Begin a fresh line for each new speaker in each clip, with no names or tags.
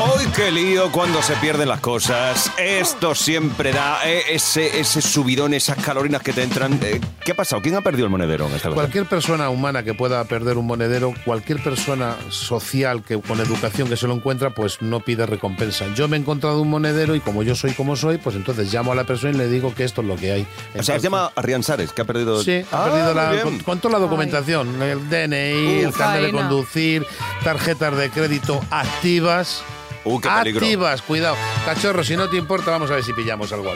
¡Ay, qué lío cuando se pierden las cosas! Esto siempre da eh, ese, ese subidón, esas calorinas que te entran. Eh, ¿Qué ha pasado? ¿Quién ha perdido el monedero en esta ocasión?
Cualquier persona humana que pueda perder un monedero, cualquier persona social que con educación que se lo encuentra, pues no pide recompensa. Yo me he encontrado un monedero y como yo soy como soy, pues entonces llamo a la persona y le digo que esto es lo que hay.
O sea,
Entonces-
se llama Rian Sares, que ha perdido...
Sí, ha
Ah,
perdido
muy
la,
bien.
con, con toda la documentación, el DNI, el
Uf,
carnet de
faena.
conducir, tarjetas de crédito activas.
Uh, qué peligro.
activas, cuidado. Cachorro, si no te importa, vamos a ver si pillamos algo.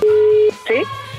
¿Sí?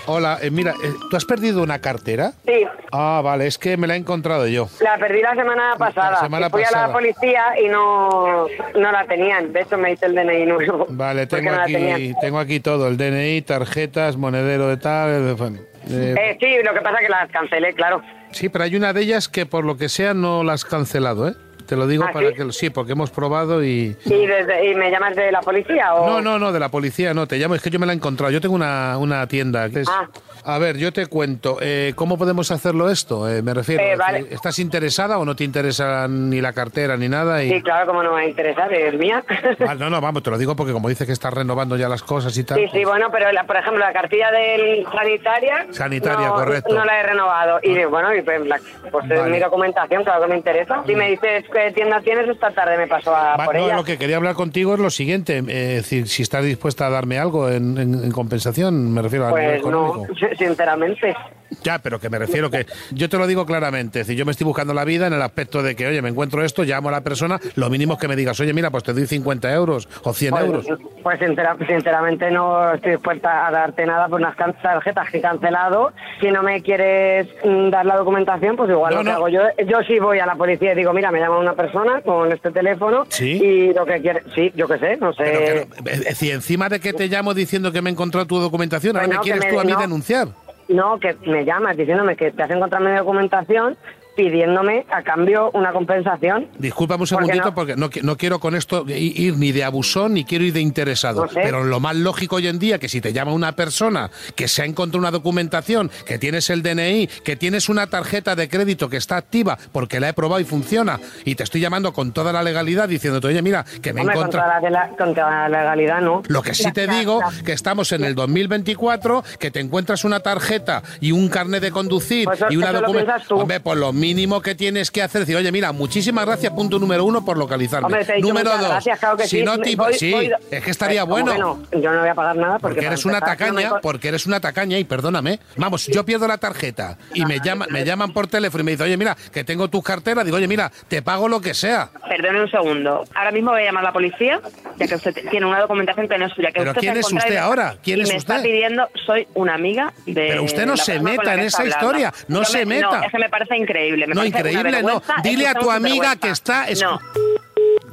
Hola, eh, mira, eh, ¿tú has perdido una cartera?
Sí.
Ah, vale, es que me la he encontrado yo.
La perdí la semana pasada.
semana
que fui a
pasada.
la policía y no, no la tenían. De hecho, me hice el DNI nuevo.
Vale,
porque
tengo
no la
aquí,
tenían.
tengo aquí todo, el DNI, tarjetas, monedero de tal. eh, bueno, eh,
Eh, sí, lo que pasa es que las cancelé, claro.
sí, pero hay una de ellas que por lo que sea no la has cancelado, ¿eh? Te lo digo
¿Ah,
para
sí?
que lo... Sí, porque hemos probado y...
¿Y, desde, y me llamas de la policía o...?
No, no, no, de la policía no, te llamo, es que yo me la he encontrado, yo tengo una, una tienda. que es-
Ah.
A ver, yo te cuento, eh, ¿cómo podemos hacerlo esto? Eh, me refiero,
Eh,
es
vale.
que ¿estás interesada o no te interesa ni la cartera ni nada? Y...
Sí, claro, como no me va a interesar, es mía.
Ah, no, no, vamos, te lo digo porque como dices que estás renovando ya las cosas y tal. pues
Sí, sí, bueno, pero la- por ejemplo, la cartilla del sanitaria...
Sanitaria,
no-
correcto. Ah.
No la he renovado. Y digo, bueno, y pues, la- pues, es
Vale. Mm.
mi documentación, claro que me interesa. Si me dices qué tienda tienes, esta tarde me paso a
Va-
Ah, por
no,
ella.
lo que quería hablar contigo es lo siguiente, eh, es decir, si estás dispuesta a darme algo en, en- en compensación, me refiero a nivel
Pues no,
económico.
sinceramente.
Ya, pero que me refiero que yo te lo digo claramente, es decir, yo me estoy buscando la vida en el aspecto de que, oye, me encuentro esto, llamo a la persona, lo mínimo es que me digas, oye, mira, pues te doy 50 euros o 100 euros.
Pues, pues sincera- sinceramente no estoy dispuesta a darte nada por unas can- tarjetas que he cancelado. Si no me quieres mm, dar la documentación, pues igual
No,
lo que
no.
hago yo. Yo sí voy a la policía y digo, mira, me llama una persona con este teléfono
¿Sí?
y lo que quiere... Sí, yo qué sé, no sé...
Pero que no- es decir, encima de que te llamo diciendo que me he encontrado tu documentación, ahora
Pues
me
no, que
quieres
me-
tú a mí
no.
denunciar.
No, que me llamas diciéndome que te has encontrado mi documentación pidiéndome a cambio una compensación.
Discúlpame un
¿Por qué
segundito
no?
porque no, qui- no quiero con esto i- ir ni de abusón ni quiero ir de interesado.
No sé.
Pero lo más lógico hoy en día que si te llama una persona que se ha encontrado una documentación, que tienes el DNI, que tienes una tarjeta de crédito que está activa porque la he probado y funciona y te estoy llamando con toda la legalidad diciéndote, oye, mira, que me he
Hombre,
encontrado...
contra la, de la- contra la legalidad, ¿no?
Lo que sí te digo, que estamos en el 2024, que te encuentras una tarjeta y un carnet de conducir
Pues eso-
y una
eso lo
document-
piensas tú.
Hombre, pues lo mínimo que tienes que hacer es decir, oye, mira, muchísimas gracias, punto número uno, por localizarme.
Hombre, te he dicho
número
muchas
dos,
gracias, claro que
si
sí.
no
me-
te-
voy-
sí,
voy-
es que estaría
Eh, como
bueno.
que no, yo no voy a pagar nada porque,
Porque eres
para
una
empezar, yo me
tacaña,
co-
porque eres una tacaña y perdóname. Vamos, yo pierdo la tarjeta y me llama, me llaman por teléfono y me dicen, oye, mira, que tengo tus carteras. Digo, oye, mira, te pago lo que sea.
Perdone un segundo. Ahora mismo voy a llamar a la policía, ya que usted tiene una documentación que no es suya. Que
¿Pero
usted se
quién es
encuentra
usted
y me-
ahora? ¿Quién
y
es
me está
usted?
pidiendo, soy una amiga de.
Pero usted no
la
se
persona con la
meta en
que
esa
está hablando.
historia, no se meta.
No, es que me parece increíble. me
No,
parece una
increíble, no.
vergüenza, es
Dile
que
a
usted
tu
es una
amiga
vergüenza.
que está es-
No,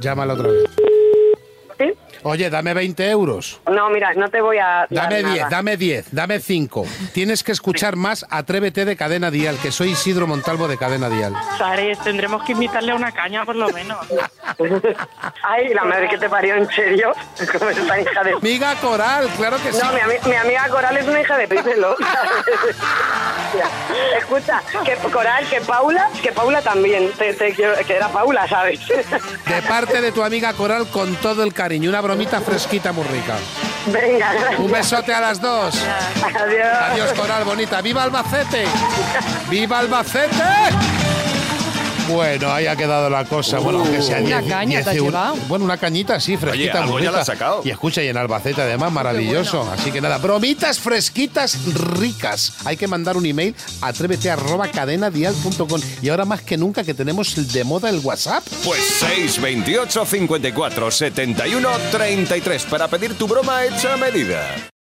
Llámala otra vez.
¿Sí?
Oye, dame 20 euros.
No, mira, no te voy a. dar
Dame
nada.
10, dame 10, dame 5. Tienes que escuchar más Atrévete de Cadena Dial, que soy Isidro Montalvo de Cadena Dial.
Sares, tendremos que invitarle una caña por lo menos.
Ay, la madre que te parió, ¿en serio? Como esta hija de.
Amiga Coral, claro que sí.
No, mi, ami- mi amiga Coral es una hija de pípelo. Escucha, que Coral, que Paula, que Paula también. Te, te quiero, que era Paula, ¿sabes?
De parte de tu amiga Coral con todo el cariño. Una bromita fresquita muy rica.
Venga, gracias.
Un besote a las dos.
Adiós.
Adiós Coral, bonita. ¡Viva Albacete! ¡Viva Albacete! Bueno, ahí ha quedado la cosa. Bueno, aunque sea
Una
10,
caña te has
euros.
llevado.
Bueno, una cañita, sí, fresquita.
Oye, algo
muy
ya la
rica.
has sacado.
Y escucha, y en Albacete además, maravilloso. Así que nada, bromitas fresquitas ricas. Hay que mandar un email a atrévete arroba cadenadial.com. Y ahora más que nunca que tenemos el de moda el WhatsApp.
Pues 628 54 71 33 para pedir tu broma hecha a medida.